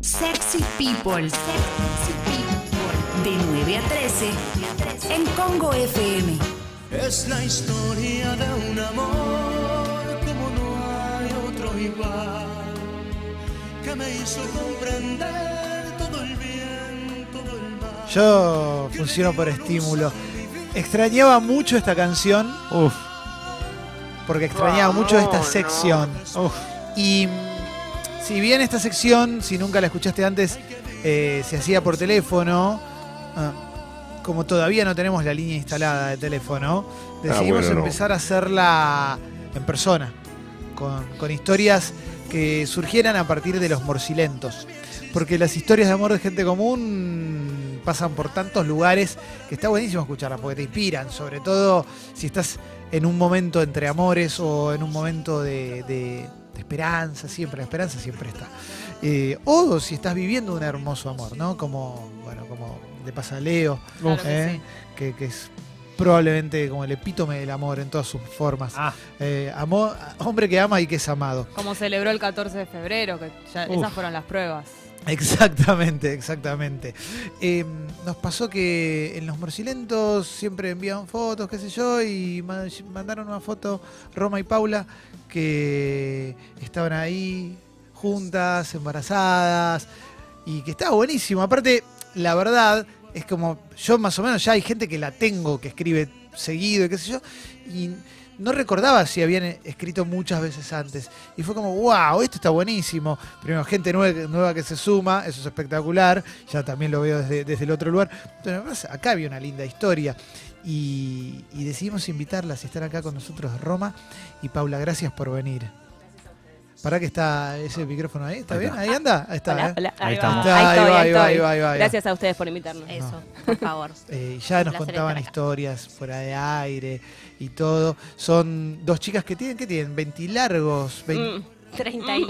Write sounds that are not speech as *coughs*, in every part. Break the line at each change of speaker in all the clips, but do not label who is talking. Sexy People. Sexy People. De 9 a 13 en Congo FM.
Es la historia de un amor como no hay otro igual, que me hizo comprender todo el bien, todo el mal.
Yo funciono por estímulo. Extrañaba mucho esta canción
Uf,
porque extrañaba mucho esta
no.
sección.
uf.
Y mm, si bien esta sección, si nunca la escuchaste antes, eh, se hacía por teléfono, ah, como todavía no tenemos la línea instalada de teléfono,
Ah,
decidimos
bueno, no.
empezar a hacerla en persona, con, con historias que surgieran a partir de los morcilentos. Porque las historias de amor de gente común pasan por tantos lugares que está buenísimo escucharlas, porque te inspiran, sobre todo si estás en un momento entre amores o en un momento de, de- de esperanza, siempre, la esperanza siempre está. Eh, o si estás viviendo un hermoso amor, ¿no? Como, bueno, como le pasa a Leo,
Claro que
¿eh?
sí.
que, que es probablemente como el epítome del amor en todas sus formas.
Ah.
Eh, amo- hombre que ama y que es amado.
Como celebró el 14 de febrero, que ya-
Uf.
esas fueron las pruebas.
Exactamente, exactamente. Eh, nos pasó que en los morcilentos siempre envían fotos, qué sé yo, y ma- mandaron una foto Roma y Paula que estaban ahí juntas, embarazadas, y que estaba buenísimo. Aparte, la verdad es como yo más o menos ya hay gente que la tengo, que escribe seguido, y qué sé yo, y no recordaba si habían escrito muchas veces antes. Y fue como, wow, esto está buenísimo. Primero, gente nueva, nueva que se suma, eso es espectacular. Ya también lo veo desde, desde el otro lugar. Pero además, acá había una linda historia. Y, y decidimos invitarlas y estar acá con nosotros, Roma. Y Paula, gracias por venir. ¿Para que está ese micrófono ahí? ¿Está
Ahí
bien?
está.
¿Ahí anda? Ahí está.
Hola,
¿eh?
hola.
Ahí
Ahí,
estamos.
va,
Ahí va,
estoy,
ahí
ahí
va,
estoy.
ahí va, ahí va.
Gracias a ustedes por invitarnos.
Eso, por *laughs* favor.
Eh, ya nos
placer
contaban
estar acá.
historias fuera de aire y todo. Son dos chicas que tienen, ¿qué tienen? 20 largos. 20,
Mm,
30 y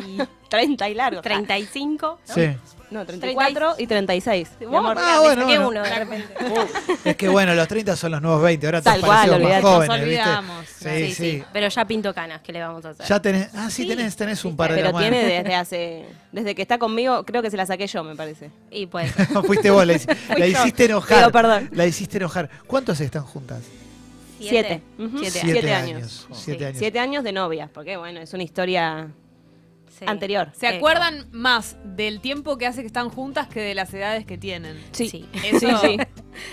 30 y
Mm.
*laughs*
largo.
35. ¿no?
Sí.
No, 34 y 36. Mi
Mi
amor.
amor,
Ah, bueno,
mira, me saqué
bueno.
uno de repente.
Es que bueno, los 30 son los nuevos 20, ahora te
Tal cual,
parecemos más
olvidate.
Nos
jóvenes, ¿viste?
olvidamos.
Sí, sí.
Pero ya pinto canas, ¿qué le vamos a hacer?
Ya tenés, ah, sí,
Sí,
tenés, tenés un
sí,
par de
Pero
la
tiene
mano. *laughs*
desde hace. Desde que está conmigo, creo que se la saqué yo, me parece.
Y pues,
*laughs* Fuiste vos, la, hici- la
yo.
hiciste enojar.
Digo, perdón.
La hiciste enojar. ¿Cuántos están juntas?
Siete.
siete.
Ujú.
Siete
Siete años.
años.
Sí.
Siete años.
Siete años de novias, porque bueno, es una historia
Sí.
anterior.
¿Se
Eh,
acuerdan más del tiempo que hace que están juntas que de las edades que tienen?
Sí.
Eso
*laughs* Sí, sí.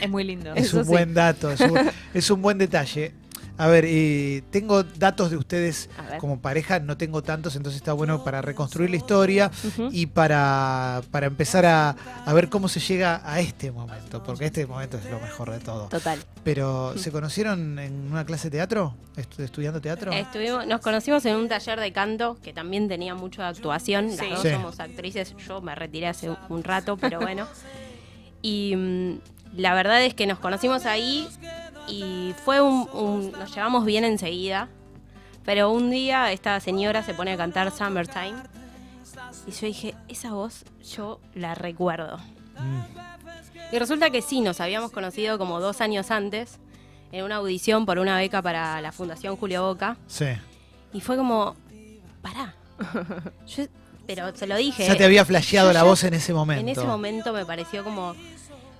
es muy lindo.
Es
Eso
un
sí.
buen dato, es
*laughs*
un, es un buen detalle. A ver, eh, tengo datos de ustedes
A ver.
como pareja, no tengo tantos, entonces está bueno para reconstruir la historia
Ujú.
y para, para empezar a, a ver cómo se llega a este momento, porque este momento es lo mejor de todo.
Total.
Pero, ¿se conocieron en una clase de teatro? Estu- ¿Estudiando teatro?
Eh.
Estuvimos, nos conocimos en un taller de canto que también tenía mucho de actuación. Las
Sí.
dos
Sí.
somos actrices. Yo me retiré hace un rato, pero bueno. Y mm, la verdad es que nos conocimos ahí y fue un, un- nos llevamos bien enseguida. Pero un día esta señora se pone a cantar Summertime y yo dije, esa voz yo la recuerdo.
Mm.
Y resulta que sí, nos habíamos conocido como dos años antes en una audición por una beca para la Fundación Julio Boca.
Sí.
Y fue como, pará. *laughs* Yo- pero se lo dije.
Ya te había flasheado
Yo
la
ya-
voz en ese momento.
En ese momento me pareció como.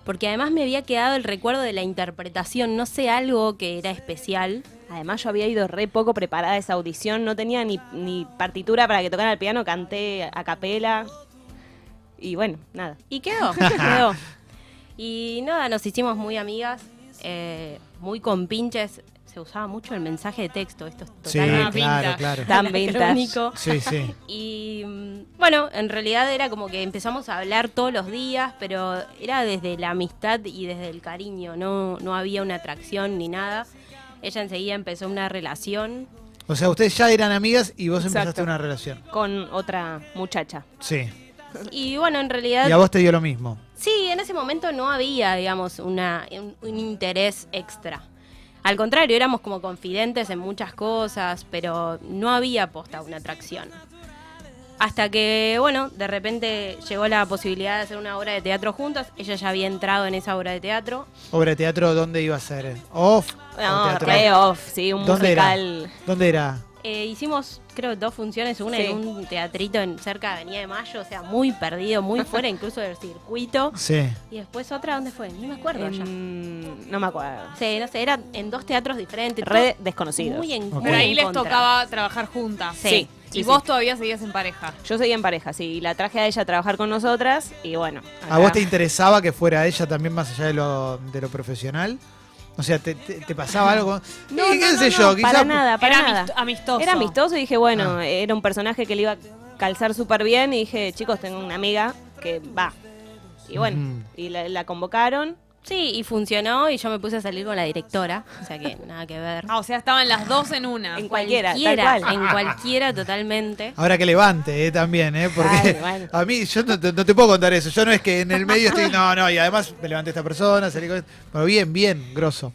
Porque además me había quedado el recuerdo de la interpretación, no sé, algo que era especial.
Además, yo había ido re poco preparada a esa audición, no tenía ni, ni partitura para que tocara el piano, canté a capela. Y bueno, nada.
*laughs*
Y quedó, quedó. Y nada, nos hicimos muy amigas, eh, muy compinches. Se usaba mucho el mensaje de texto, esto es
Sí,
totalmente
claro,
vintage.
claro.
*laughs*
Tan vintage.
anacrónico.
Sí, sí.
Y mm, bueno, en realidad era como que empezamos a hablar todos los días, pero era desde la amistad y desde el cariño, no, no había una atracción ni nada. Ella enseguida empezó una relación.
O sea, ustedes ya eran amigas y vos
Exacto.
empezaste una relación.
Con otra muchacha.
Sí.
Y bueno, en
Y a
realidad,
vos te dio lo mismo.
sí, en ese momento no había, digamos, una, un, un interés extra. Al contrario, éramos como confidentes en muchas cosas, pero no había posta una atracción. Hasta que, bueno, de repente llegó la posibilidad de hacer una obra de teatro juntas. Ella ya había entrado en esa obra de teatro.
Obra de teatro, ¿dónde iba a ser? ¿Off? ¿O
No,
teatro?
re off, sí, un
¿Dónde
musical.
era? ¿Dónde era?
eh, hicimos, creo, dos funciones, una
Sí.
en un teatrito en cerca de Avenida de Mayo, o sea, muy perdido, muy fuera incluso del circuito.
Sí.
Y después otra, ¿dónde fue? Ni me acuerdo
Em,
ya.
En- no me acuerdo.
Sí, no sé, era en dos teatros diferentes.
Red
todo
desconocidos.
Muy en
Pero
muy
Pero ahí
en
les
contra.
tocaba trabajar juntas.
Sí.
Sí,
y
sí,
vos
sí.
todavía seguías en pareja.
Yo seguía en pareja, sí, y la traje a ella a trabajar con nosotras y bueno.
¿A
acá-
vos te interesaba que fuera ella también más allá de lo, de lo profesional? O sea, ¿te, te- te pasaba algo?
No,
Y
no,
qué
no,
sé
no,
yo,
para
quizá-
nada, Ah, para
Era
nada.
amist- amistoso.
Era amistoso y dije, bueno,
Ah.
era un personaje que le iba a calzar súper bien y dije, chicos, tengo una amiga que va. Y bueno,
Ujú.
y la, la convocaron.
Sí, y funcionó y yo me puse a salir con la directora, o sea que nada que ver.
Ah, o sea, estaban las dos en una.
En *laughs* cualquiera, tal cual.
Ah,
Ah.
en cualquiera totalmente.
Ahora que levante, eh, también, ¿eh? Porque
Ay, bueno.
*laughs* a mí, yo no te, no te puedo contar eso. Yo no es que en el medio estoy, no, no, y además me levanté esta persona, salí con... Bueno, bien, bien, grosso.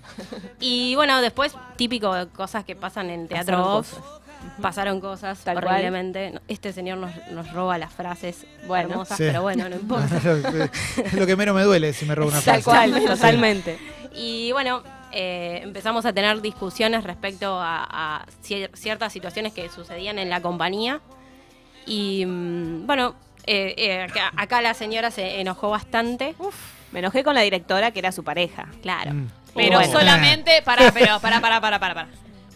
Y bueno, después, típico de cosas que pasan en teatro
Pasaron
off. Pasaron cosas
Tal cual.
horriblemente. No, Este señor nos, nos roba las frases
Bueno.
hermosas,
Sí.
*laughs*
pero bueno, no importa.
es *laughs* lo que menos me duele si me robo una
Tal
frase.
cual,
Sí.
totalmente.
Y bueno, eh, empezamos a tener discusiones respecto a, a cier- ciertas situaciones que sucedían en la compañía. Y mm, bueno, eh, eh, acá, acá la señora se enojó bastante.
Me enojé con la directora que era su pareja.
Claro.
Mm.
Pero
Bueno.
solamente, pará,
*laughs*
pero pará, pará, pará, pará, pará.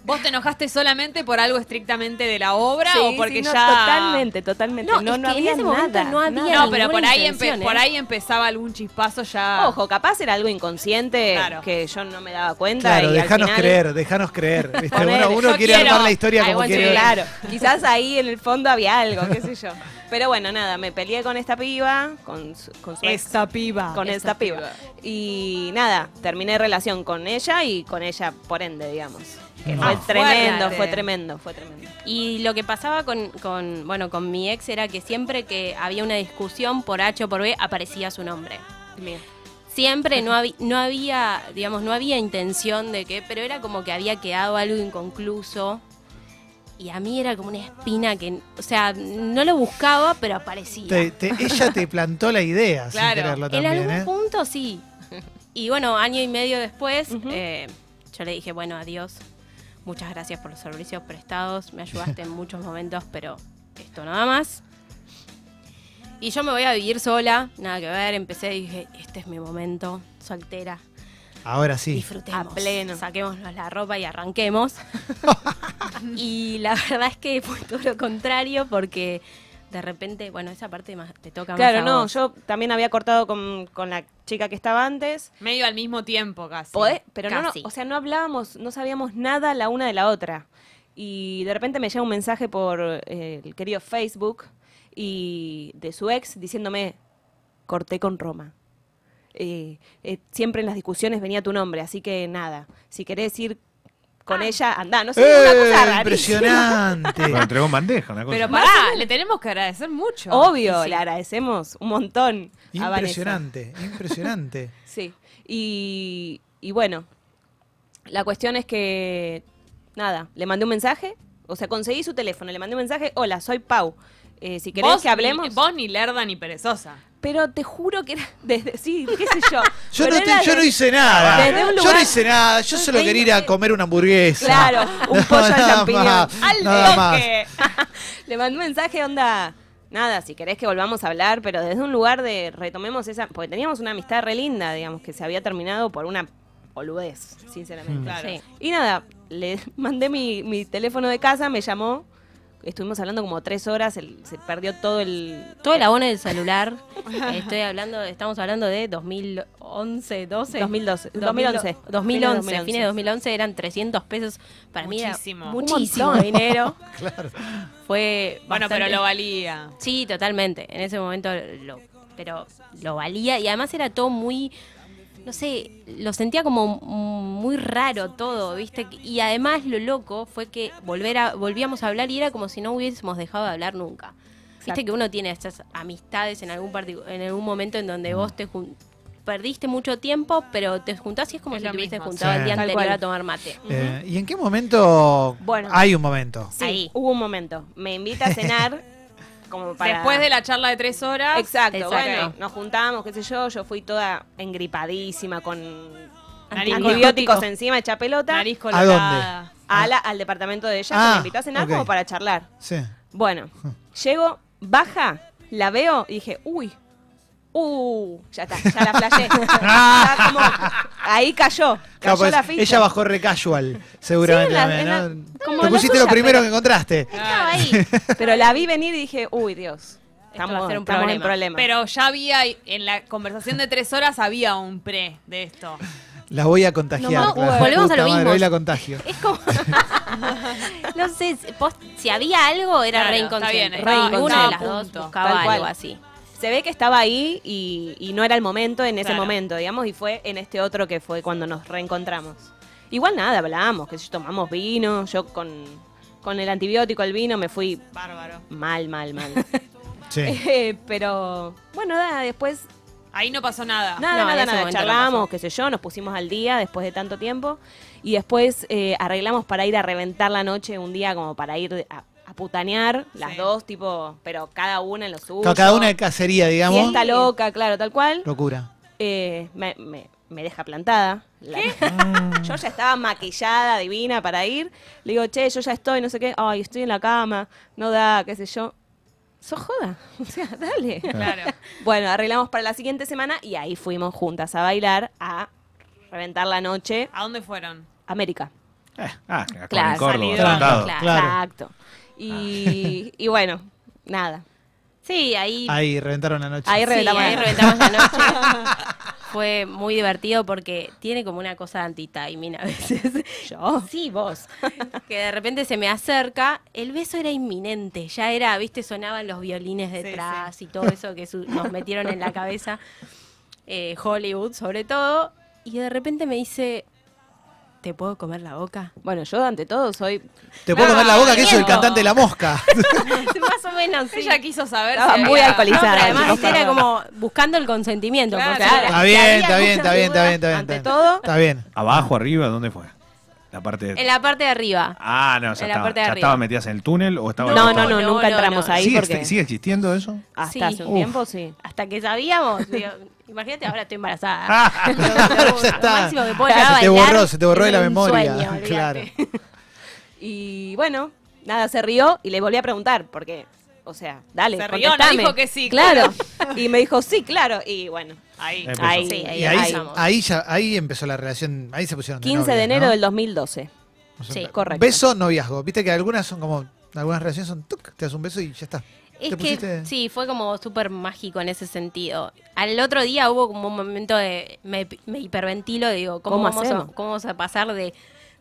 ¿Vos te enojaste solamente por algo estrictamente de la obra
Sí,
o porque
sí, no,
ya...?
Totalmente, totalmente.
No,
No,
es
no,
que en
había
ese momento
nada,
no había
nada.
nada.
No, pero por ahí,
intención,
empe-
¿eh?
por ahí empezaba algún chispazo ya...
Ojo, capaz era algo inconsciente
Claro.
que yo no me daba cuenta.
Claro,
y al
dejanos
final-
creer, dejanos
*laughs*
creer. ¿viste?
Ponele,
Uno, uno
yo
quiere
quiero.
armar la historia
Ay,
como
bueno,
quiere.
sí, claro. Quizás ahí en el fondo había algo, qué sé yo. Pero bueno, nada, me peleé con esta piba, con su, con su ex,
piba.
con esta, piba. Y nada, terminé relación con ella y con ella por ende, digamos. Que
Ah,
fue
fuerte.
tremendo, fue tremendo, fue tremendo.
Y lo que pasaba con, con, bueno, con mi ex era que siempre que había una discusión por H o por B aparecía su nombre. Siempre no, habi- no había, digamos, no había intención de que, pero era como que había quedado algo inconcluso. Y a mí era como una espina que, o sea, no lo buscaba, pero aparecía.
Te- te- ella te plantó la idea
Claro.
sin quererlo
en
también,
algún
¿eh?
*laughs*
punto sí. Y bueno, año y medio después,
Ujú.
eh, yo le dije, bueno, adiós. Muchas gracias por los servicios prestados. Me
*laughs*
ayudaste en muchos momentos, pero esto nada más. Y yo me voy a vivir sola, nada que ver. Empecé y dije, este es mi momento, soltera.
Ahora sí.
Disfrutemos.
A pleno.
Saquémonos la ropa y arranquemos.
*laughs*
*laughs* y la verdad es que fue todo lo contrario porque de repente, bueno, esa parte más- te toca
Claro,
más. a
no,
vos.
yo también había cortado con, con la chica que estaba antes.
Medio al mismo tiempo casi.
Podés- pero no, no,
casi.
o sea, no hablábamos, no sabíamos nada la una de la otra. Y de repente me llega un mensaje por eh, el querido Facebook y de su ex diciéndome, corté con Roma. Eh, eh, siempre en las discusiones venía tu nombre, así que nada, si querés ir con ella, andá, no sé, una
¡Eh,
cosa rarísima.
impresionante.
*laughs* Lo entregó en bandeja, una cosa.
Pero pará, le tenemos que agradecer mucho.
*laughs* Obvio,
Sí.
le agradecemos un montón a Vanessa.
impresionante,
*laughs*
impresionante.
Sí. Y, y bueno, la cuestión es que, nada, le mandé un mensaje, o sea, conseguí su teléfono, le mandé un mensaje, hola, soy Pau. Eh, si querés
Vos
que hablemos,
Ni, vos ni lerda ni perezosa.
pero te juro que era *laughs* desde, sí, qué sé yo.
Yo,
pero
no,
era
te- yo no
de-
hice nada.
desde un
yo no
lugar-
hice nada. Yo solo quería ir a comer una hamburguesa. *laughs*
Claro, un pollo al
nada
champiñón.
más,
Al
nada más.
*laughs* Le mandé un mensaje, onda. Nada, si querés que volvamos a hablar, pero desde un lugar de retomemos esa. Porque teníamos una amistad re linda, digamos, que se había terminado por una boludez,
Hmm.
sinceramente.
Claro.
Sí.
Y nada, le *laughs* mandé mi, mi teléfono de casa, me llamó. Estuvimos hablando como tres horas, el- se perdió todo el.
Todo
Eh.
el abono
*laughs*
del celular. Estoy hablando, estamos hablando de 2011, 12.
2012, 2011.
2011,
Fines de
fines de 2011 eran 300 pesos. Para
Muchísimo.
mí era muchísimo
Un montón.
dinero. Fue
Bueno,
bastante-
pero lo valía.
Sí, totalmente. En ese momento lo pero lo valía y además era todo muy no sé, lo sentía como mm, muy raro todo, ¿viste? Y además lo loco fue que volver a volvíamos a hablar y era como si no hubiésemos dejado de hablar nunca. Viste
Exacto.
que uno tiene estas amistades en algún particu- en algún momento en donde vos te jun- perdiste mucho tiempo, pero te juntás y es como
Es
si
lo
te hubieses
mismo.
juntado
Sí.
el día
Tal
anterior
cual.
a tomar mate.
Eh, ¿Y en qué momento?
Bueno.
Hay un momento.
Sí,
Ahí.
hubo un momento. Me invita a cenar, como para.
Después de la charla de tres horas.
Exacto,
Exacto.
bueno, nos juntábamos, qué sé yo, yo fui toda engripadísima con
Nariz
antibióticos encima, hecha pelota.
Nariz
¿A dónde?
colorada.
Ah.
a la- al departamento de ella,
Ah,
que me invitó a cenar
ok.
como para charlar.
Sí.
Bueno, llego, baja, la veo y dije, uy, uh, ya está, ya la
*laughs*
flashé. Ya como- ahí cayó,
Claro,
cayó
pues,
la ficha.
ella bajó re casual, seguramente.
Sí, en la-
también,
en
¿no?
la- como
Te
la
pusiste lo
suya,
primero
pero-
que encontraste.
Estaba ahí.
Pero la vi venir y dije, uy, Dios,
va a
estamos,
ser
estamos
un
en
problema.
problema.
Pero ya había, en la conversación de tres horas había un pre de esto.
La voy a contagiar.
No,
claro.
volvemos a
Puta
lo
madre,
mismo.
Hoy la contagio.
Es como. no sé, si- post- si había algo era
Claro,
re
está bien,
inconsciente.
estaba-
Re inconsciente. Una de las
estaba a
dos
punto.
Tal
buscaba
cual.
algo así.
Se ve que estaba ahí y, y no era el momento en ese
Claro.
momento, digamos, y fue en este otro que fue cuando nos reencontramos. Igual nada, hablábamos, que tomamos vino, yo con, con el antibiótico, el vino, me fui
Bárbaro.
mal, mal,
*laughs*
mal.
Sí.
Eh, Pero bueno, nada, después,
Ahí no pasó
nada,
nada.
Ah, No, en
nada,
ese
nada,
momento no
charlamos,
pasó.
qué sé yo, nos pusimos al día después de tanto tiempo y después eh, arreglamos para ir a reventar la noche un día como para ir a, a putanear, las
Sí.
dos, tipo, pero cada una en lo suyo.
Claro, Cada una de cacería, digamos.
Fiesta loca, claro, tal cual.
Locura.
Eh, me, me- me deja plantada. La- *laughs* yo ya estaba maquillada, divina para ir. Le digo, che, yo ya estoy, no sé qué. Ay, estoy en la cama, no da, qué sé yo. Sos joda. *laughs* O sea,
*laughs*
dale.
Claro.
Bueno, arreglamos para la siguiente semana y ahí fuimos juntas a bailar, a reventar la noche.
¿A dónde fueron?
América.
Eh, ah, con
Claro,
Córdoba,
salido.
sentado.
Claro.
Exacto.
Ah.
Y, y bueno, nada.
Sí, ahí.
Ahí reventaron la noche.
Ahí
sí,
reventamos
ahí
la
reventamos la noche. Fue muy divertido porque tiene como una cosa anti-timing a veces.
Yo.
Sí, vos. Que de repente se me acerca. El beso era inminente. Ya era, viste, sonaban los violines detrás y todo eso que su- nos metieron en la cabeza. eh, Hollywood, sobre todo. Y de repente me dice: ¿Te puedo comer la boca? *laughs*
Bueno, yo ante todo soy
Te puedo
Ah,
comer la boca que soy el
miento.
cantante de la
*laughs*
mosca.
Más o menos, sí.
Ella quiso saber
Estaba muy
había-
No, pero
alcoholizada.
además
Perdón.
era como buscando el consentimiento.
Claro.
porque era-
está bien,
había
está bien,
mucha
está bien, está bien, está
duda.
bien.
ante
está
todo-
bien. Está bien.
Abajo, arriba, ¿dónde fue? La parte.
En la parte de arriba.
Ah, no, ya,
en la
estaba,
parte de
ya
arriba.
estaba metidas en el túnel o estaba.
No,
estaba-
no, no,
No,
nunca
no,
entramos
no.
ahí
¿Sigue,
porque
sigue existiendo eso?
hasta
Sí.
hace un
Uf.
tiempo sí.
Hasta que sabíamos. digo, imagínate, ahora
*laughs*
estoy embarazada. Lo-
Ah, Ya
lo- lo
está.
máximo que puedo
Se
llegar a
te
bailar
borró, se te borró de
es
la
un
memoria. *laughs*
sueño, olvídate.
Claro.
Y bueno, nada, se rió y le volví a preguntar, porque, o sea, dale,
Se rió, no
contestame.
dijo que sí,
Claro. *laughs* y me dijo, sí, claro. Y bueno,
Ahí.
Empezó.
ahí,
Sí,
Y
ahí.
ahí,
estamos.
ahí, ya, ahí empezó la relación. Ahí se pusieron.
15 de
novios,
enero
¿no?
del 2012.
Sí,
correcto.
Beso, noviazgo. Viste que algunas son como. Algunas relaciones son. tuc, te das un beso y ya está.
Es
te
que
pusiste.
sí, fue como súper mágico en ese sentido. Al otro día hubo como un momento de. Me, me hiperventilo, digo, ¿cómo,
¿Cómo
vamos a,
hacemos?
¿cómo vamos a pasar de,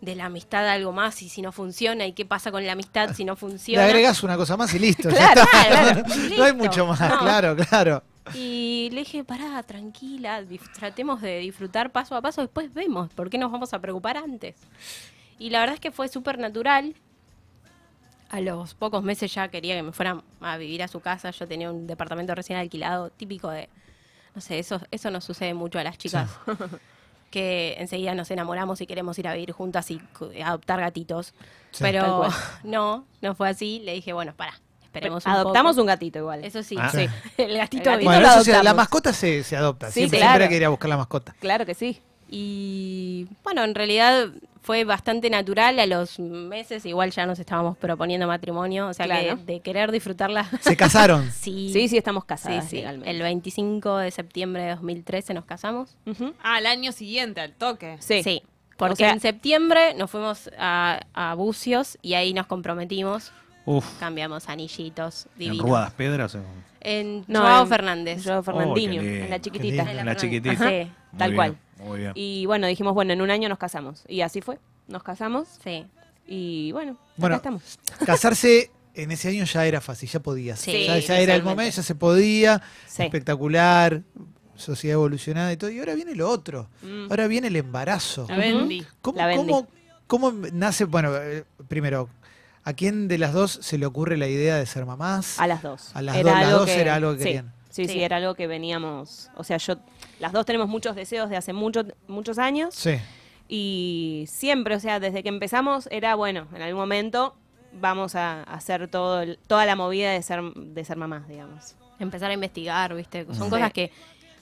de la amistad a algo más? Y si no funciona, ¿y qué pasa con la amistad si no
Le
funciona?
agregas una cosa más y listo. ya
Claro,
está.
claro,
*laughs* No,
claro.
no hay
Listo.
mucho más.
No.
Claro, claro.
Y le dije, pará, tranquila, dif- tratemos de disfrutar paso a paso, después vemos, ¿por qué nos vamos a preocupar antes? Y la verdad es que fue súper natural. A los pocos meses ya quería que me fuera a vivir a su casa, yo tenía un departamento recién alquilado, típico de, no sé, eso, eso nos sucede mucho a las
*laughs*
chicas, que enseguida nos enamoramos y queremos ir a vivir juntas y cu- adoptar gatitos.
Sí.
Tal
Pero
cual.
*laughs* no, no fue así, le dije, bueno, pará, esperemos un
Adoptamos
poco.
un gatito igual.
Eso sí,
Ah.
sí. *laughs* el gatito
El gatito
vino.
Bueno,
lo
eso sí, la
adoptamos.
mascota se, se adopta.
Sí,
siempre,
claro.
siempre hay que ir a buscar la mascota.
Claro que sí.
Y bueno, en realidad fue bastante natural. A los meses igual ya nos estábamos proponiendo matrimonio. O sea
Claro.
que de querer disfrutarla. *laughs*
Se casaron.
sí.
Sí, sí, estamos
Sí,
casadas
sí.
legalmente.
El 25 de septiembre de 2013 nos casamos.
Ujú.
Ah, al año siguiente, al toque.
Sí.
Porque
O sea-
en septiembre nos fuimos a, a Bucios y ahí nos comprometimos.
Uf.
Cambiamos anillitos
En
divinos.
Rubadas Pedras. o-
En
No,
Joao
en-
Fernández.
Yo, Fernandinho,
Oh, qué
en la
lindo.
chiquitita.
Qué
En
lindo.
la,
la
chiquitita.
Ajá.
Muy
Tal
bien,
cual.
Muy bien.
Y bueno, dijimos, bueno, en un año nos casamos. Y así fue. Nos casamos
Sí.
y bueno,
Bueno,
acá estamos.
Casarse en ese año ya era fácil, ya podías.
Sí,
ya ya era el
totalmente.
momento, ya se podía.
Sí.
Espectacular, sociedad evolucionada y todo. Y ahora viene lo otro.
Mm.
Ahora viene el embarazo.
La vendí.
¿Cómo,
La vendí.
cómo- cómo nace? Bueno, eh, primero, ¿a quién de las dos se le ocurre la idea de ser mamás?
A las dos.
A las dos, las dos era algo que
sí,
querían.
Sí, sí,
Sí.
era algo que veníamos. O sea, yo. Las dos tenemos muchos deseos de hace mucho, muchos años.
Sí.
Y siempre, o sea, desde que empezamos era bueno, en algún momento vamos a hacer todo el- toda la movida de ser, de ser mamás, digamos.
Empezar a investigar, ¿viste? Son
Sí.
cosas que,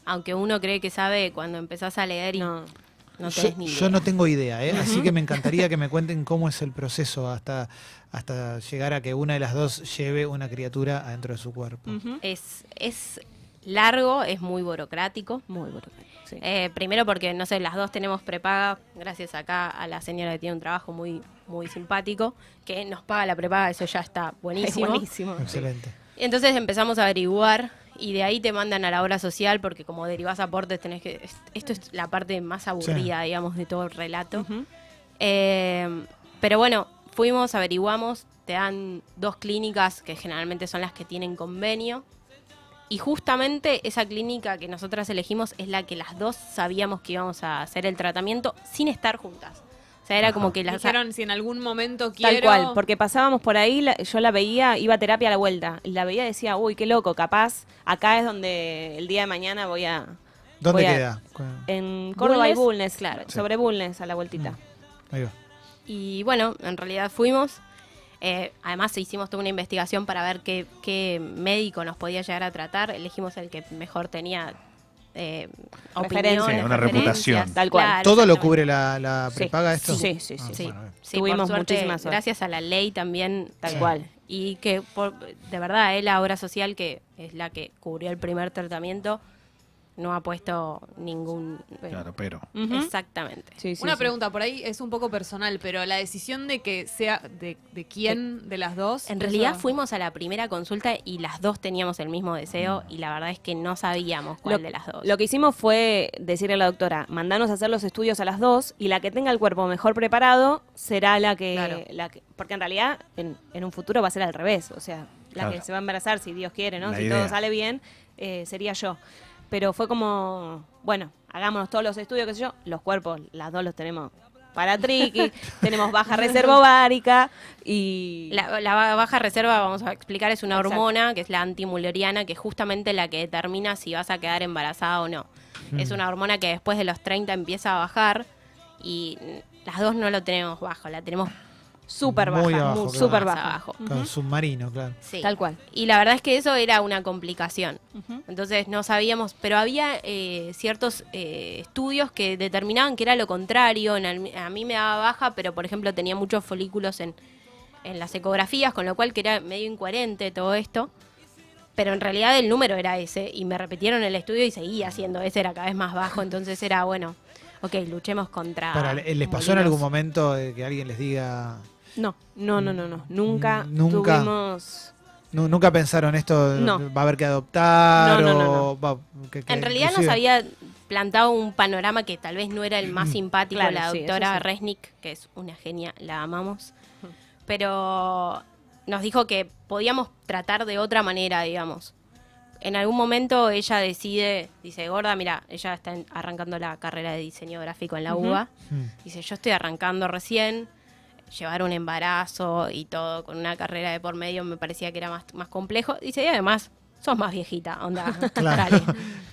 aunque uno cree que sabe, cuando empezás a leer y
No.
No
yo,
tenés ni
yo
idea.
no tengo idea, ¿eh? así que me encantaría que me cuenten cómo es el proceso hasta, hasta llegar a que una de las dos lleve una criatura adentro de su cuerpo.
Ujú.
Es, es largo, es muy burocrático.
Muy bueno. sí.
Eh, primero porque, no sé, las dos tenemos prepaga, gracias acá a la señora que tiene un trabajo muy, muy simpático, que nos paga la prepaga, eso ya está
Es
buenísimo.
buenísimo.
Excelente.
Entonces empezamos a averiguar y de ahí te mandan a la obra social porque como derivás aportes tenés que... es- Esto es la parte más aburrida, digamos, de todo el relato.
Ujú.
Eh, pero bueno, fuimos, averiguamos, te dan dos clínicas que generalmente son las que tienen convenio. Y justamente esa clínica que nosotras elegimos es la que las dos sabíamos que íbamos a hacer el tratamiento sin estar juntas. O sea, era como que las...
Dijeron si en algún momento quiero.
Tal cual, porque pasábamos por ahí, la- yo la veía, iba a terapia a la vuelta. La veía y decía, uy, qué loco, capaz, acá es donde el día de mañana voy a.
¿Dónde
voy a-
queda? Cu-
En Córdoba y
Bulnes.
Bulnes, Mm. claro.
Sí.
Sobre Bulnes, a la vueltita.
Ahí va.
Y bueno, en realidad fuimos. Eh, además hicimos toda una investigación para ver qué, qué médico nos podía llegar a tratar. Elegimos el que mejor tenía eh,
Referencia.
opiniones,
Sí, una
referencias.
reputación.
Tal cual.
Claro,
¿Todo lo
exactamente.
cubre la, la
Sí.
prepaga esto?
Sí, sí, sí,
Sí,
bueno, bien.
sí, por
Tuvimos
suerte,
muchísima suerte.
Gracias a la ley también.
Tal
Sí.
cual.
Y que, por- de verdad, eh, la obra social, que es la que cubrió el primer tratamiento, no ha puesto ningún... eh,
Claro, pero.
Ujú.
Exactamente.
Sí, sí,
Una
sí.
pregunta, por ahí es un poco personal, pero la decisión de que sea de, de
Eh,
quién de las dos.
En realidad
eso-
fuimos a la primera consulta y las dos teníamos el mismo deseo y la verdad es que no sabíamos cuál
Lo,
de las dos.
lo que hicimos fue decirle a la doctora, mandanos a hacer los estudios a las dos y la que tenga el cuerpo mejor preparado será la que...
Claro.
la que- porque en realidad en, en un futuro va a ser al revés, o sea, la
Claro.
que se va a embarazar, si Dios quiere, ¿no?
La
si
idea.
todo sale bien, eh, sería yo. Pero fue como, bueno, hagámonos todos los estudios, qué sé yo, los cuerpos, las dos los tenemos para *laughs* triqui, tenemos baja reserva ovárica y...
La, la ba- baja reserva, vamos a explicar, es una
Exacto.
hormona que es la antimuleriana, que es justamente la que determina si vas a quedar embarazada o no.
Hmm.
Es una hormona que después de los 30 empieza a bajar y mm, las dos no lo tenemos bajo, la tenemos
Súper baja,
Muy abajo,
mu-
claro.
súper
más
baja.
abajo.
Claro, Submarino, claro.
Sí.
Tal cual.
Y la verdad es que eso era una complicación.
Ujú.
Entonces no sabíamos, pero había eh, ciertos eh, estudios que determinaban que era lo contrario. En al- a mí me daba baja, pero por ejemplo tenía muchos folículos en, en las ecografías, con lo cual que era medio incoherente todo esto. Pero en realidad el número era ese y me repitieron el estudio y seguía siendo ese, era cada vez más bajo. Entonces era bueno, ok, luchemos
Ah,
contra.
Para, ¿Les pasó en
molinos.
algún momento eh, que alguien les diga,
No, no, no, no,
Mm,
no. Nunca,
Nunca.
tuvimos.
Nu- ¿Nunca pensaron esto?
No.
¿Va a haber que adoptar?
No, no, no,
o va- que- que
En realidad nos
inclusive-
había plantado un panorama que tal vez no era el más simpático
Claro,
la
sí, eso
doctora
sí.
Resnick, que es una genia, la amamos. Pero nos dijo que podíamos tratar de otra manera, digamos. En algún momento ella decide, dice, gorda, mira, ella está en- arrancando la carrera de diseño gráfico en la
Ujú.
UBA.
Mm.
Dice, yo estoy arrancando recién, llevar un embarazo y todo con una carrera de por medio me parecía que era más, más complejo. Dice, y además, sos más viejita, onda.
Claro.
dale".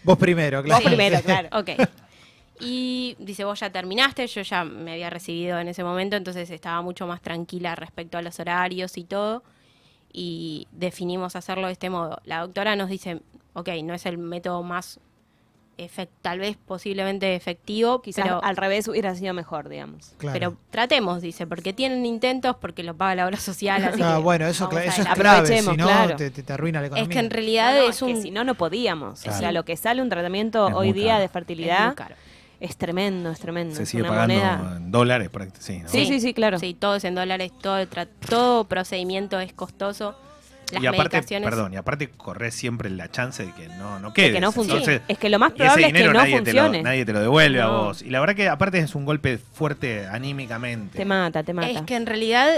Vos primero, claro.
Vos primero, claro.
*laughs*
Ok. Y dice, vos ya terminaste, yo ya me había recibido en ese momento, entonces estaba mucho más tranquila respecto a los horarios y todo. Y definimos hacerlo de este modo. La doctora nos dice, ok, no es el método más, efec- tal vez posiblemente efectivo,
Quizás
pero,
al revés hubiera sido mejor, digamos.
*laughs* Claro.
pero tratemos, dice, porque tienen intentos, porque lo paga la obra social. Así
*laughs* Ah,
que
bueno, eso,
vamos
cla- eso es
adelante.
clave, si
Aprovechemos,
no
claro.
te, te- te arruina la
Es
economía.
que en
No,
realidad
no,
es
que
un...
si no, no podíamos.
Claro.
O sea, lo que sale un tratamiento
Es
hoy
muy
día
caro.
de
es muy
fertilidad es,
caro.
tremendo, es tremendo.
Se
es
sigue
una
pagando
moneda.
en dólares prácticamente. Sí, ¿no?
Sí, sí, sí, claro.
Sí, todo es en dólares, todo, el tra- todo procedimiento es costoso. Las
y aparte,
medicaciones.
perdón, y aparte corres siempre la chance de que no, no quedes.
Que no funcione.
Entonces,
es que lo más
y ese
probable es que
dinero
no
nadie, Te
funcione.
lo, nadie te lo devuelve a
No.
vos. Y la verdad que aparte es un golpe fuerte anímicamente.
Te mata, te mata.
Es que en realidad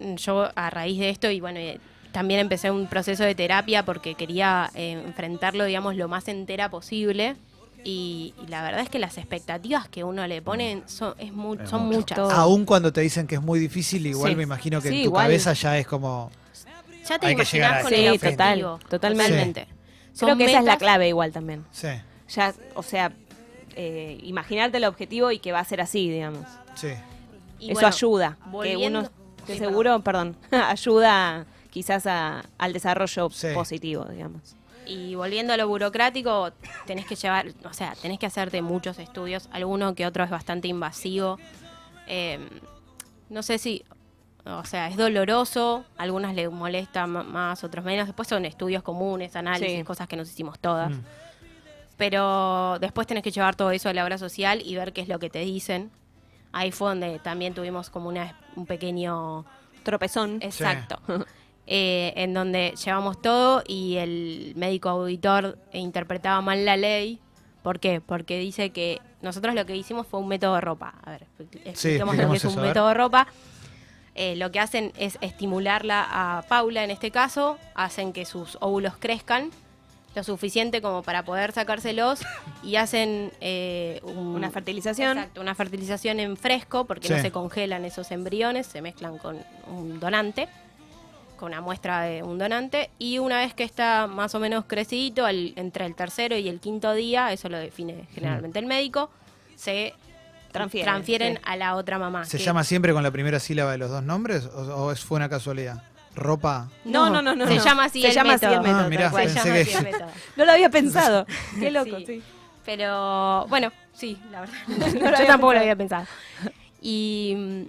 mm, yo a raíz de esto y bueno, eh, también empecé un proceso de terapia porque quería eh, enfrentarlo, digamos, lo más entera posible. Y, y la verdad es que las expectativas que uno le pone
Mm.
son, es mu-
Es
son
mucho.
muchas.
Todo.
Aún cuando te dicen que es muy difícil, igual
Sí.
me imagino que
Sí,
en tu
igual.
cabeza ya es como...
Ya te
Hay que
imaginás
llegar a
con
ese
el
Sí, total,
objetivo.
totalmente.
Totalmente.
Creo
Son
que esa es la
metas-
clave igual también.
Sí,
Ya, o sea, eh, imaginarte el objetivo y que va a ser así, digamos.
sí.
y
Eso
bueno,
ayuda. Que
volviendo-
uno, de *laughs*
Sí,
seguro, perdón, ayuda quizás a- al desarrollo
Sí.
positivo, digamos.
Y volviendo a lo burocrático, tenés que llevar, o sea, tenés que hacerte muchos estudios, alguno que otro es bastante invasivo. Eh, no sé si, o sea, es doloroso, algunas le molesta ma- más, otros menos. Después son estudios comunes, análisis,
Sí.
cosas que nos hicimos
Ah,
todas.
Hmm. Mm.
Pero después tenés que llevar todo eso a la obra social y ver qué es lo que te dicen. Ahí fue donde también tuvimos como una, un pequeño
Tropezón.
Exacto. *laughs* Eh, en donde llevamos todo y el médico auditor interpretaba mal la ley. ¿Por qué? Porque dice que nosotros lo que hicimos fue un método de ropa. A ver, expliquemos lo
expliquemos
que es
eso,
un
a ver.
método de ropa. Eh, lo que hacen es estimularla a Paula en este caso, hacen que sus óvulos crezcan lo suficiente como para poder sacárselos y hacen eh, un-
Una fertilización.
Exacto, una fertilización en fresco porque
Sí.
no se congelan esos embriones, se mezclan con un donante, con una muestra de un donante. Y una vez que está más o menos crecidito, al- entre el tercero y el quinto día, eso lo define generalmente el médico, se
Transfieren, ah, sí.
a la otra mamá.
¿Se
que-
llama siempre con la primera sílaba de los dos nombres o, o es- fue una casualidad? ¿Ropa?
No, no, no, no.
Se
no.
llama así
Se
el
llama así
método.
el método,
Ah,
tal
mirá,
cual.
se
pensé
llama
que-
así
*laughs*
el método.
No lo había
*laughs*
pensado. Qué loco,
Sí.
sí.
Pero bueno, sí, la verdad. *laughs*
lo
yo
había
tampoco
pensado.
lo había pensado. Y mm,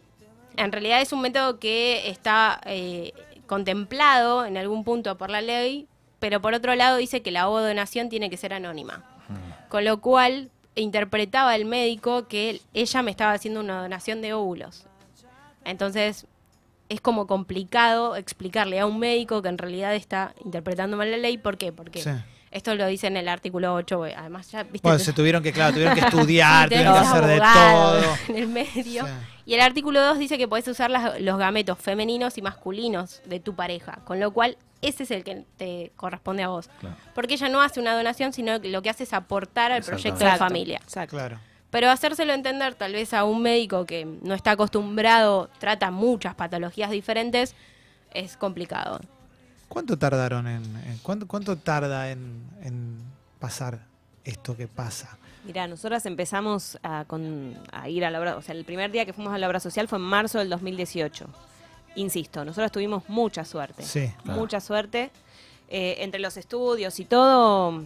en realidad es un método que está eh, contemplado en algún punto por la ley, pero por otro lado dice que la donación tiene que ser anónima. Con lo cual interpretaba el médico que él- ella me estaba haciendo una donación de óvulos. Entonces es como complicado explicarle a un médico que en realidad está interpretando mal la ley. ¿Por qué? Porque
Sí.
esto lo dice en el artículo 8. eh, Además, ya viste.
Bueno,
te-
se tuvieron que, claro,
*laughs*
tuvieron que estudiar,
Sí,
tuvieron que
tenés
hacer de
abogado
todo.
*laughs* En el medio.
Sí.
Y el artículo 2 dice que podés usar las- los gametos femeninos y masculinos de tu pareja, con lo cual ese es el que te corresponde a vos.
Claro.
Porque ella no hace una donación, sino que lo que hace es aportar al proyecto de
Exacto.
familia.
*laughs* Exacto.
Claro.
Pero hacérselo entender tal vez a un médico que no está acostumbrado, trata muchas patologías diferentes, es complicado.
¿Cuánto tardaron en, en- cuánto, cuánto tarda en, en pasar esto que pasa?
Mirá, nosotras empezamos a, con- a ir a la obra, o sea, el primer día que fuimos a la obra social fue en marzo del 2018. Insisto, nosotras tuvimos mucha suerte.
Sí.
Claro.
Mucha suerte. Eh, entre los estudios y todo,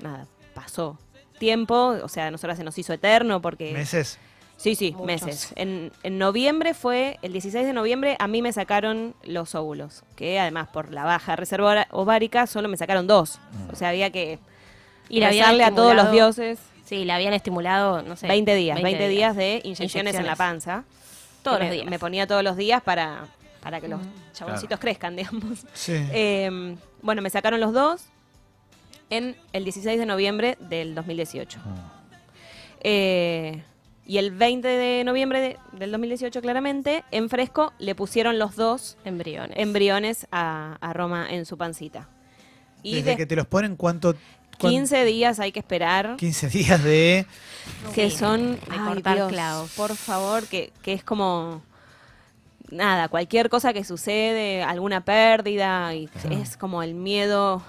nada, pasó tiempo, o sea, a nosotras se nos hizo eterno porque...
Meses.
Sí, sí,
Muchos.
meses. En, en noviembre fue, el 16 de noviembre a mí me sacaron los óvulos, que además por la baja reserva ora- ovárica solo me sacaron dos. O sea, había que
Y
ir
la
a
habían
a todos los
estimulado.
dioses.
Sí, la habían estimulado, no sé.
20 días, 20, días, de inyecciones, en la panza.
Todos
Que
los
me,
días.
Me ponía todos los días para, para que los chaboncitos crezcan, *laughs* digamos.
Sí.
Eh, bueno, me sacaron los dos en el 16 de noviembre del 2018.
Ah.
Eh, y el 20 de noviembre de- del 2018, claramente, en fresco le pusieron los dos
Embriones.
embriones a, a Roma en su pancita. Y
Desde
de-
que te los ponen, ¿cuánto? cuán-
15 días hay que esperar.
15 días de...
que
Sí,
son
de
ay,
cortar
Dios,
clavos.
Por favor, que, que es como nada, cualquier cosa que sucede, alguna pérdida, y es como el miedo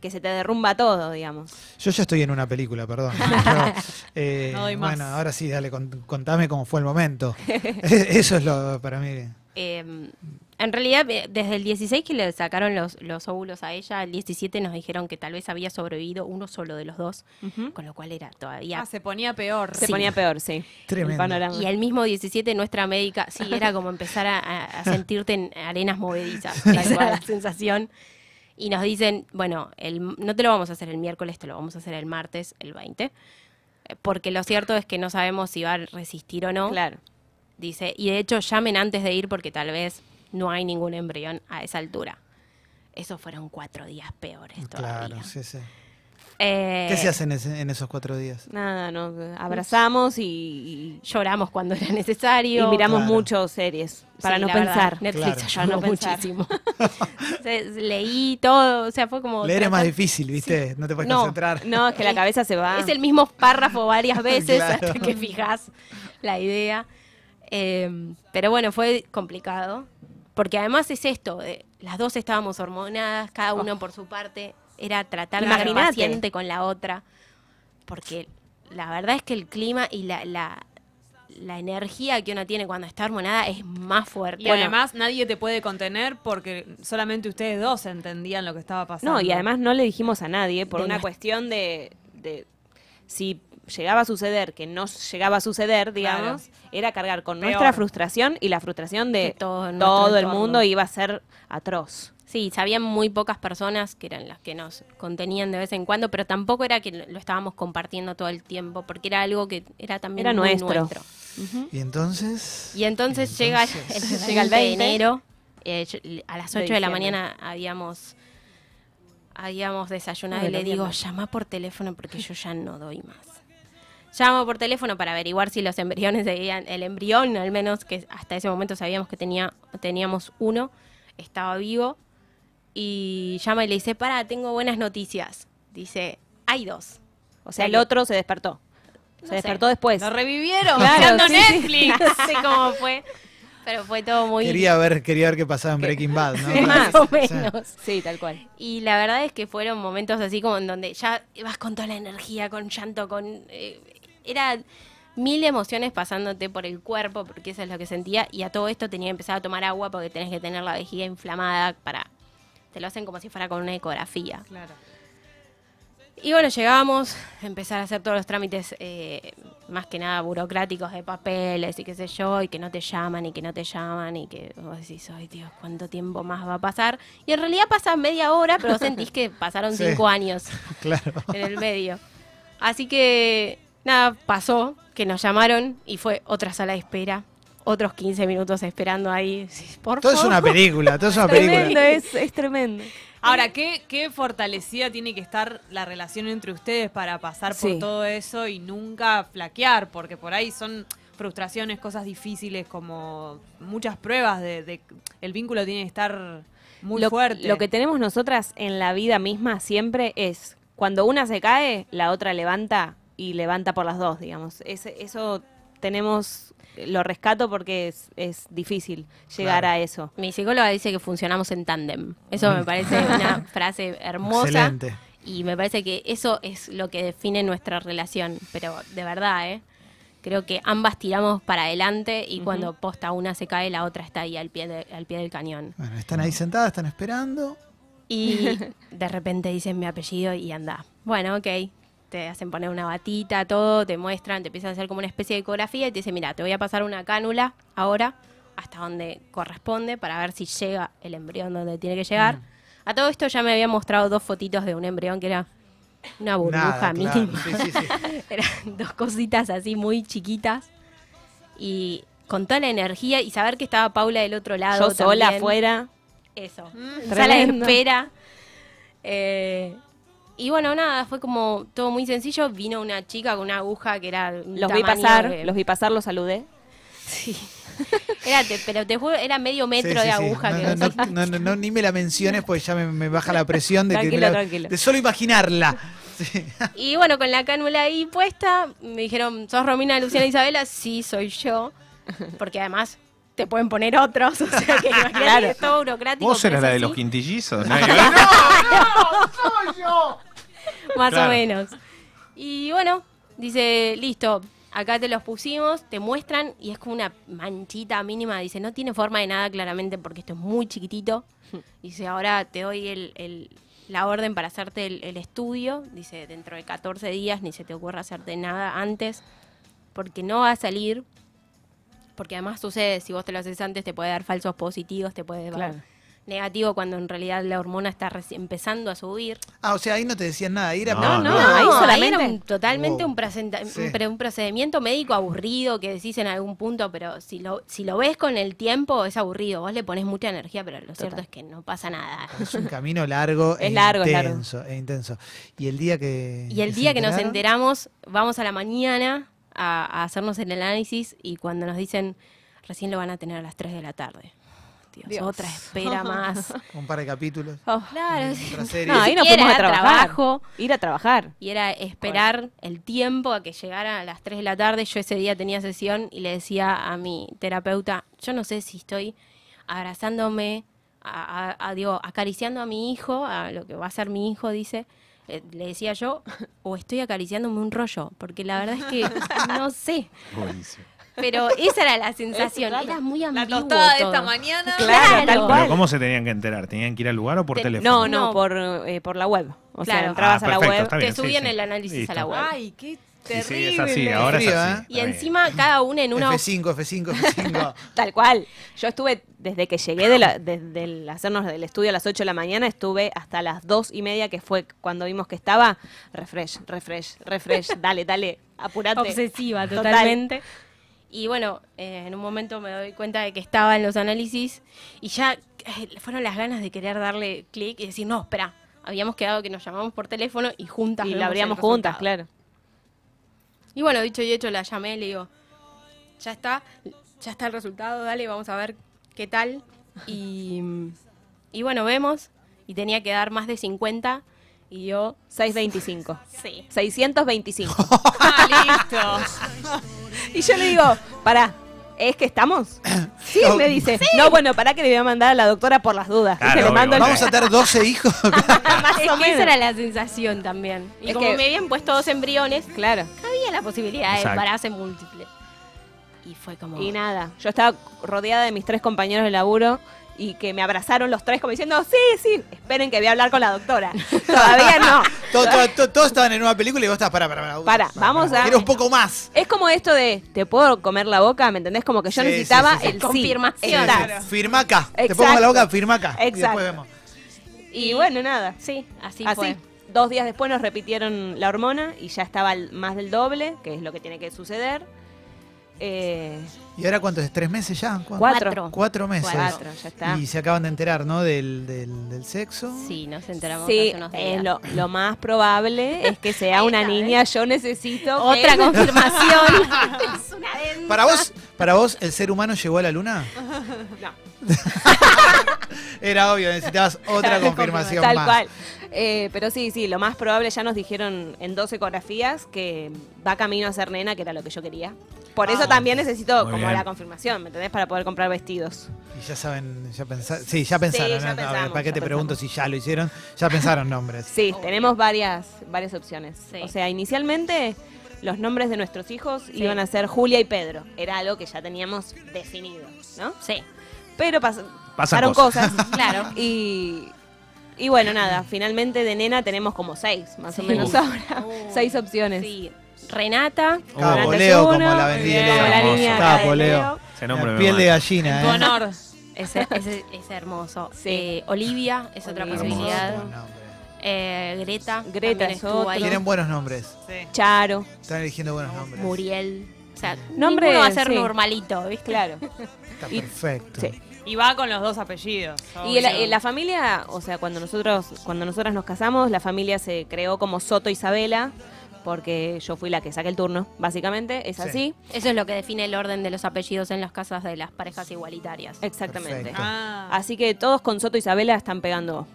que se te derrumba todo, digamos.
Yo ya estoy en una película, perdón. Pero, eh,
No doy más.
bueno, ahora sí, dale, cont- contame cómo fue el momento. E-, Eso es lo para mí.
Eh, en realidad, eh, desde el 16 que le sacaron los, los óvulos a ella, el 17 nos dijeron que tal vez había sobrevivido uno solo de los dos, con lo cual era todavía...
Ah, se ponía peor.
Se
Sí.
ponía peor, Ah, sí.
Tremendo.
El panorama.
Y el mismo 17 nuestra médica, sí, era como empezar a, a- a sentirte en arenas movedizas, tal cual, la sensación. Y nos dicen, bueno, el, no te lo vamos a hacer el miércoles, te lo vamos a hacer el martes, el 20, eh, porque lo cierto es que no sabemos si va a resistir o no.
Claro.
Dice, y de hecho llamen antes de ir porque tal vez no hay ningún embrión a esa altura. Esos fueron cuatro días peores todavía.
Claro, sí, sí.
Eh,
¿Qué se hace en, ese- en esos cuatro días?
Nada, nos abrazamos y,
Lloramos cuando era
y- y
necesario.
miramos
Claro.
mucho series para
Sí,
no
la verdad,
pensar.
Netflix
Claro.
ayudó
*laughs* Para no pensar.
muchísimo. Se- Leí todo, o sea, fue como...
Leer es más
tratar-
difícil, ¿viste? No te puedes
No,
concentrar.
No, es que la cabeza se va.
Es el mismo
*laughs*
párrafo varias veces
Claro.
hasta que fijas la idea. Eh, pero bueno, fue complicado. Porque además es esto, eh, las dos estábamos hormonadas, cada una por su parte. Era tratar de ser
Oh. Imagínate.
paciente con la otra. Porque la verdad es que el clima y la, la- la energía que uno tiene cuando está armonada es más fuerte.
Y además nadie te puede contener porque solamente ustedes dos entendían lo que estaba pasando.
No, y además no le dijimos a nadie por
De
una
las-
cuestión de, de si llegaba a suceder, que no llegaba a suceder, digamos, era cargar con
Peor.
nuestra frustración y la frustración de
De todo
todo,
nuestro
el
entorno.
mundo iba a ser atroz.
Sí, sabían muy pocas personas que eran las que nos contenían de vez en cuando, pero tampoco era que lo estábamos compartiendo todo el tiempo, porque era algo que era también
Era
muy
nuestro.
Y entonces.
Y entonces, *laughs* llega el,
Entonces-
Llega el
20 de
20.
enero, eh, yo- a las
De
8 de la
diciembre.
mañana habíamos habíamos desayunado
De
y le digo,
noviembre.
llama por teléfono porque yo ya no doy más. Llamo por teléfono para averiguar si los embriones seguían, el embrión al menos, que hasta ese momento sabíamos que tenía, teníamos uno, estaba vivo. Y llama y le dice, para, tengo buenas noticias. Dice, hay dos.
O sea,
Dale.
el otro se despertó.
No
se
sé.
despertó después.
Lo revivieron
Claro,
mirando
sí, sí.
Netflix.
No sé cómo fue, pero fue todo muy...
Quería ver, quería ver qué pasaba en Breaking Bad,
*laughs*
¿no?
más o menos.
Sí, tal cual.
Y la verdad es que fueron momentos así como en donde ya vas con toda la energía, con llanto, con... eh, era mil emociones pasándote por el cuerpo, porque eso es lo que sentía. Y a todo esto tenía que empezar a tomar agua porque tenés que tener la vejiga inflamada para... Te lo hacen como si fuera con una ecografía.
Claro.
Y bueno, llegábamos a empezar a hacer todos los trámites, eh, más que nada burocráticos de papeles y qué sé yo, y que no te llaman y que no te llaman y que vos decís, ay Dios, ¿cuánto tiempo más va a pasar? Y en realidad pasa media hora, pero vos sentís que pasaron
Sí.
cinco años
Claro.
en el medio. Así que nada, pasó, que nos llamaron y fue otra sala de espera, otros 15 minutos esperando ahí. Sí, Por
Todo es una
favor.
película, todo es una
Tremendo,
película.
es, es tremendo.
Ahora, ¿qué, qué fortalecida tiene que estar la relación entre ustedes para pasar
Sí.
por todo eso y nunca flaquear? Porque por ahí son frustraciones, cosas difíciles, como muchas pruebas de, de- el vínculo tiene que estar muy
lo,
fuerte.
Lo que tenemos nosotras en la vida misma siempre es, cuando una se cae, la otra levanta y levanta por las dos, digamos. Ese- eso tenemos, lo rescato porque es, es difícil llegar
Claro.
a eso.
Mi psicóloga dice que funcionamos en tándem. Eso
*laughs*
me parece una frase hermosa.
Excelente.
Y me parece que eso es lo que define nuestra relación. Pero de verdad, ¿eh? Creo que ambas tiramos para adelante y cuando posta una se cae, la otra está ahí al pie, de- al pie del cañón.
Bueno, están ahí sentadas, están esperando.
*laughs*
Y de repente dicen mi apellido y anda. Bueno, ok. Te hacen poner una batita, todo, te muestran, te empiezan a hacer como una especie de ecografía y te dicen, mira, te voy a pasar una cánula ahora hasta donde corresponde para ver si llega el embrión donde tiene que
Mm.
llegar. A todo esto ya me habían mostrado dos fotitos de un embrión que era una
Nada,
burbuja
claro.
mínima. *laughs*
Sí, sí, sí.
Eran dos cositas así muy chiquitas. Y con toda la energía y saber que estaba Paula del otro lado.
Yo sola
también.
afuera.
Eso.
Mm,
Sala de
tremendo.
espera. Eh, y bueno, nada, fue como todo muy sencillo. Vino una chica con una aguja que era. un
Los vi
tamaño
pasar,
de-
los vi pasar, los saludé.
Sí. Era, te- pero te juro, era medio metro
Sí, sí,
de
sí.
aguja.
No,
que
no,
vos
no, no, no, no, ni me la menciones porque ya me, me baja la presión de que
Tranquilo,
me la-
tranquilo.
de solo imaginarla. Sí.
Y bueno, con la cánula ahí puesta, me dijeron, ¿sos Romina Luciana Isabela? Sí, soy yo. Porque además te pueden poner otros. *laughs* O sea, que imagínate que es todo burocrático.
Vos
pero
eras
es
la de los
así,
*laughs*
quintillizos. nada que ver.
*laughs* Más
Claro.
o menos. Y bueno, dice, listo, acá te los pusimos, te muestran y es como una manchita mínima. Dice, no tiene forma de nada claramente porque esto es muy chiquitito. Dice, ahora te doy el- el- la orden para hacerte el, el estudio. Dice, dentro de 14 días ni se te ocurra hacerte nada antes porque no va a salir. Porque además sucede, si vos te lo haces antes te puede dar falsos positivos, te puede dar
Claro.
negativo cuando en realidad la hormona está reci- empezando a subir.
Ah, o sea, ahí no te decían nada. ahí era-
No,
No,
ahí
ahí
solamente-
era un- totalmente
Wow.
un, procenta-
Ah, Sí.
un pre- un procedimiento médico aburrido que decís en algún punto, pero si lo, si lo ves con el tiempo es aburrido. Vos le pones mucha energía, pero lo cierto es que no pasa nada.
Es un camino largo,
Es
e
largo, es largo.
intenso, e intenso. Y el día que
Y el
que
día
se
que nos
enteraron,
enteramos, vamos a la mañana a, a hacernos el análisis y cuando nos dicen, recién lo van a tener a las 3 de la tarde. Dios,
Dios. Oh. *laughs*
otra espera más.
un par de capítulos,
Claro,
otra serie.
No, ahí nos
siquiera
fuimos a trabajar.
trabajo.
Ir a trabajar.
Y era esperar el tiempo a que llegara a las 3 de la tarde. Yo ese día tenía sesión y le decía a mi terapeuta, yo no sé si estoy abrazándome, a, a- a- digo, acariciando a mi hijo, a lo que va a ser mi hijo, dice. eh, Le
*laughs*
decía yo, o estoy acariciándome un rollo, porque la verdad es que no sé.
Buenísimo.
Pero esa era la sensación.
claro.
Era muy
La
ambiguo
tostada de
todo.
Ah, esta mañana.
*laughs* Claro, tal
Claro.
cual.
¿Pero cómo se tenían que enterar? ¿Tenían que ir al lugar o por
Te-
teléfono?
No, no,
No.
por, eh, por la web. O sea,
Claro.
entrabas
Ah,
a la
perfecto,
web.
está bien,
Te subían el análisis
Listo. Ah,
a la web.
Ay, qué
Sí,
terrible.
sí, es así, ahora es
Frío,
¿eh?
así.
Y
Está bien.
encima cada una en una
F5, F5, F5.
Tal cual. Yo estuve, desde que llegué de la- desde el hacernos del estudio a las 8 de la mañana, estuve hasta las 2 y media, que fue cuando vimos que estaba. Refresh, refresh,
*laughs*
refresh, dale, dale, apurate.
obsesiva
Total.
totalmente. Y bueno, eh, en un momento me doy cuenta de que estaba en los análisis y ya eh, fueron las ganas de querer darle clic y decir, no, espera, habíamos quedado que nos llamamos por teléfono y juntas.
y
vemos
la
el
abríamos juntas,
resultado".
claro.
Y bueno, dicho y hecho, la llamé y le digo, ya está, ya está el resultado, dale, vamos a ver qué tal. Y, y bueno, vemos. Y tenía que dar más de 50 y yo,
625.
sí. *laughs*
625.
Ah, listo.
y yo le digo, pará, ¿es que
*coughs*
estamos? Sí,
No.
me dice. No, bueno, pará que le voy a mandar a la doctora por las dudas.
Claro,
Y se le
obvio,
mando el-
obvio.
Vamos a
*laughs*
tener 12 hijos.
Más
o menos.
Esa era la sensación también. Y
Es
como
que-
me habían puesto dos embriones,
Claro.
había *laughs* la posibilidad
Exacto.
de embarazo múltiple. Y fue como...
Y nada, yo estaba rodeada de mis tres compañeros de laburo y que me abrazaron los tres como diciendo, sí, sí, esperen que voy a hablar con la
*laughs*
doctora. Todavía no.
Todos todo, todo- todos estaban en una película y vos estás, para, para, para.
Pará, vamos a-
Quiero un poco más.
Es como esto de, ¿te puedo comer la boca? ¿Me entendés? Como que yo
Sí,
necesitaba
sí, sí, sí.
el sí.
Confirmación.
Estás.
Claro.
Firma acá. Te
Exacto.
pongo la boca, firma acá. Y
Exacto.
después vemos.
Y bueno, nada.
Sí, así,
Así,
fue.
dos días después nos repitieron la hormona y ya estaba el- más del doble, que es lo que tiene que suceder. Eh,
¿Y ahora cuánto es? ¿Tres meses ya? ¿Cuánto?
cuatro.
Cuatro.
Cuatro meses.
Cuatro, ya está.
Y se acaban de enterar, ¿no? Del, del, del sexo.
Sí, nos enteramos
Sí,
hace unos
eh,
días.
lo, lo más probable es que sea una
Esa, ¿eh?
niña. Yo necesito que- *laughs*
Otra confirmación. es una densa.
Para vos, para vos, ¿el ser humano llegó a la luna?
*laughs* No.
*laughs* Era obvio, necesitabas otra confirmación
Tal
más.
cual. Eh, pero sí, sí, lo más probable ya nos dijeron en dos ecografías que va camino a ser nena, que era lo que yo quería. Por eso también necesito
Muy
como
bien.
la confirmación, ¿me entendés? Para poder comprar vestidos.
Y ya saben, ya pensaron. Sí, ya pensaron.
ya
¿no? A ver,
pensamos,
¿Para qué
ya
te pregunto si ya lo hicieron? Ya pensaron nombres.
Sí, tenemos varias, varias opciones.
Sí.
O sea, inicialmente los nombres de nuestros hijos iban a ser Julia y Pedro. Era algo que ya teníamos definido, ¿no?
Sí,
Pero pas- pasaron
Pasan
cosas.
*laughs*
Claro.
Y, y bueno, nada, finalmente de nena tenemos como seis, más o
Sí.
menos
Uf. Oh.
ahora. *laughs* seis opciones.
sí. Renata,
Capo,
Durante
Leo,
uno,
como la vendí.
bien.
Leo.
Como la
Hermoso.
niña
Capo,
de Leo.
Leo.
Ese nombre
La
me
piel de
mata.
gallina,
Tu
¿eh?
honor.
es, es, es hermoso.
Sí.
Eh, Olivia es
Olivia.
otra
Hermoso,
posibilidad.
buen nombre.
Eh, Greta.
Greta
también
es
estuvo
otra.
ahí.
Tienen buenos nombres.
Sí.
Charo,
Están eligiendo buenos nombres.
Muriel. O sea,
Nombre,
nombre va a ser
sí.
normalito,
*laughs*
¿viste?
claro.
Está
Y-
perfecto.
sí.
Y va con los dos apellidos.
Y la,
obvio.
eh, la familia, o sea, cuando nosotros, cuando nosotras nos casamos, la familia se creó como Soto Isabela, porque yo fui la que saqué el turno, básicamente, es
Sí.
así.
Eso es lo que define el orden de los apellidos en las casas de las parejas igualitarias.
Exactamente.
Perfecto.
Ah,
Así que todos con Soto Isabela están pegando.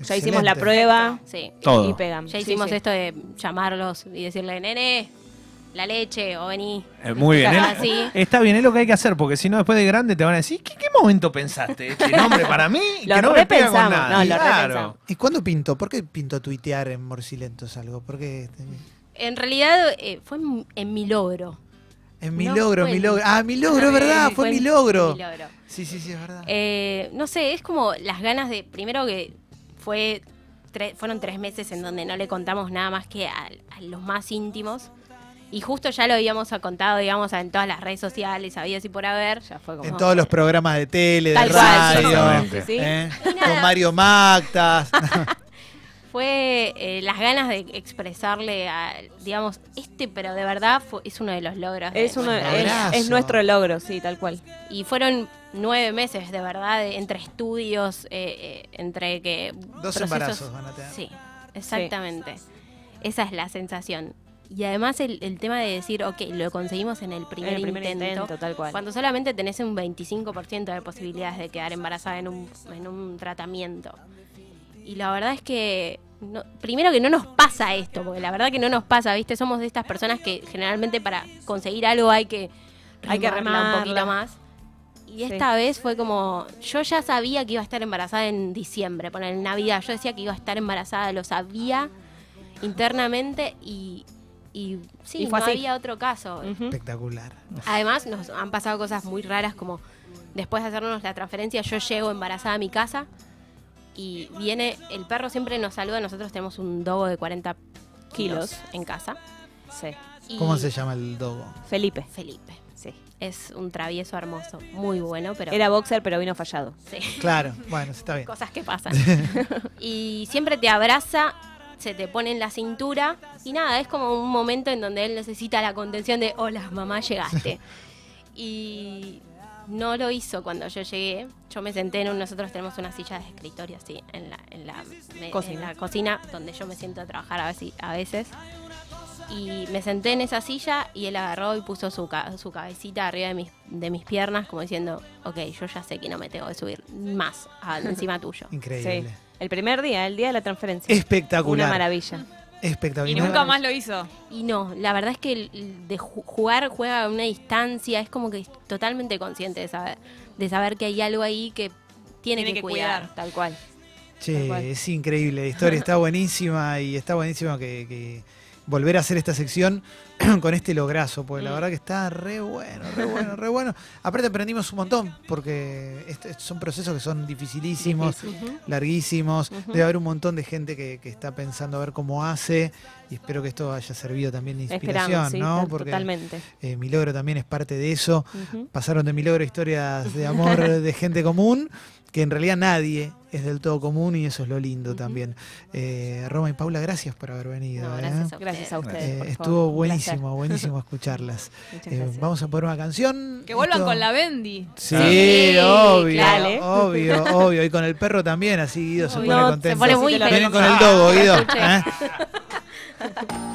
Ya hicimos la
Excelente.
prueba
Sí.
Todo.
y pegan.
Ya
Sí,
hicimos
sí.
esto de llamarlos y decirle, nene, la leche, o vení.
Eh, muy bien, ¿eh?
Ah, sí.
Está bien, es lo que hay que hacer, porque si no, después de grande te van a decir, ¿qué, qué momento pensaste este nombre para mí?
Lo
que no me pega con
repensamos.
nada.
No, lo
claro.
repensamos.
¿Y cuándo pintó? ¿Por qué pintó tuitear en Morcilentos algo? ¿Por qué?
En realidad eh, fue en, en mi logro.
En mi
No
logro,
fue
mi
el-
logro. Ah, mi logro, es verdad, fue mi
en-
logro.
mi logro.
Sí, sí, sí, es verdad.
Eh, no sé, es como las ganas de. Primero que fue tre- fueron tres meses en donde no le contamos nada más que a, a los más íntimos. Y justo ya lo habíamos contado, digamos, en todas las redes sociales, había así por haber.
Ya fue como.
en todos los programas de tele, de
Tal cual,
radio.
Exactamente.
Sí, sí.
¿eh? Con Mario Mactas.
Fue eh, las ganas de expresarle, a, digamos, este, pero de verdad fue- es uno de los logros. de
Es, uno-
nuestra
es-
vida.
es nuestro logro, sí, tal cual.
Y fueron nueve meses, de verdad, de- entre estudios, eh, eh, entre que...
Dos embarazos van a tener.
Sí, exactamente. Esa es la sensación. Y además el, el tema de decir, ok, lo conseguimos en el primer,
En el primer
intento.
intento, tal cual.
Cuando solamente tenés un 25% de posibilidades de quedar embarazada en un, en un tratamiento. Y la verdad es que, no- primero que no nos pasa esto, porque la verdad que no nos pasa, ¿viste? Somos de estas personas que generalmente para conseguir algo hay que
Hay que
remarla un
remarla.
poquito más. Y esta vez fue como, yo ya sabía que iba a estar embarazada en diciembre, por el Navidad, yo decía que iba a estar embarazada, lo sabía internamente y, Y sí,
Y fue
no
así.
había otro caso.
Ujú.
Espectacular.
Además, nos han pasado cosas muy raras como después de hacernos la transferencia, yo llego embarazada a mi casa y viene el perro, siempre nos saluda. Nosotros tenemos un dogo de 40 kilos en casa.
Sí.
Y
¿Cómo se llama el dogo?
Felipe.
Felipe.
Sí.
Es un travieso hermoso, muy bueno, pero.
Era boxer, pero vino fallado.
Sí.
Claro, bueno, está bien.
cosas que pasan. *laughs* y siempre te abraza, se te pone en la cintura y nada, es como un momento en donde él necesita la contención de, hola, mamá, llegaste. y no lo hizo cuando yo llegué. Yo me senté en un, nosotros tenemos una silla de escritorio así en la, en la, me-
Cocina.
en la cocina donde yo me siento a trabajar a veces. A veces. Y me senté en esa silla y él agarró y puso su, ca- su cabecita arriba de mis, de mis piernas como diciendo, ok, yo ya sé que no me tengo que subir más a- encima tuyo.
Increíble.
Sí. El primer día, el día de la transferencia.
Espectacular.
Una maravilla.
Espectacular.
Y nunca más lo hizo.
Y no, la verdad es que el- el de ju- jugar juega a una distancia, es como que es totalmente consciente de saber, de saber que hay algo ahí que tiene,
Tiene
que,
que
cuidar.
cuidar.
Tal cual. Tal cual.
Che, es increíble la historia,
*laughs*
está buenísima y está buenísima que, que volver a hacer esta sección *clears throat* con este lograzo,
Mm.
porque la verdad que está re bueno, re bueno, re bueno. Aparte aprendimos un montón, porque est- estos son procesos que son dificilísimos, larguísimos, debe haber un montón de gente que, que está pensando a ver cómo hace y espero que esto haya servido también de inspiración,
Esperamos, sí,
¿no?
tal-
Porque
totalmente.
eh, Milagro también es parte de eso.
Ujú.
Pasaron de milagro historias de amor de gente común, que en realidad nadie es del todo común y eso es lo lindo también. Eh, Roma y Paula, gracias por haber venido.
No,
¿eh?
gracias a
Gracias
ustedes.
a ustedes.
Eh,
por favor.
estuvo
Un placer.
buenísimo, buenísimo escucharlas.
Muchas
Eh,
gracias.
vamos a poner una canción.
Que vuelvan
Esto-
con la Bendy.
Sí,
Sí,
obvio,
claro.
Dale.
obvio, obvio. Y con el perro también, así Guido se
Obvio.
pone
No, se
contento.
pone muy
Vienen
feliz.
con el dogo, Guido.
Ah,
¿eh?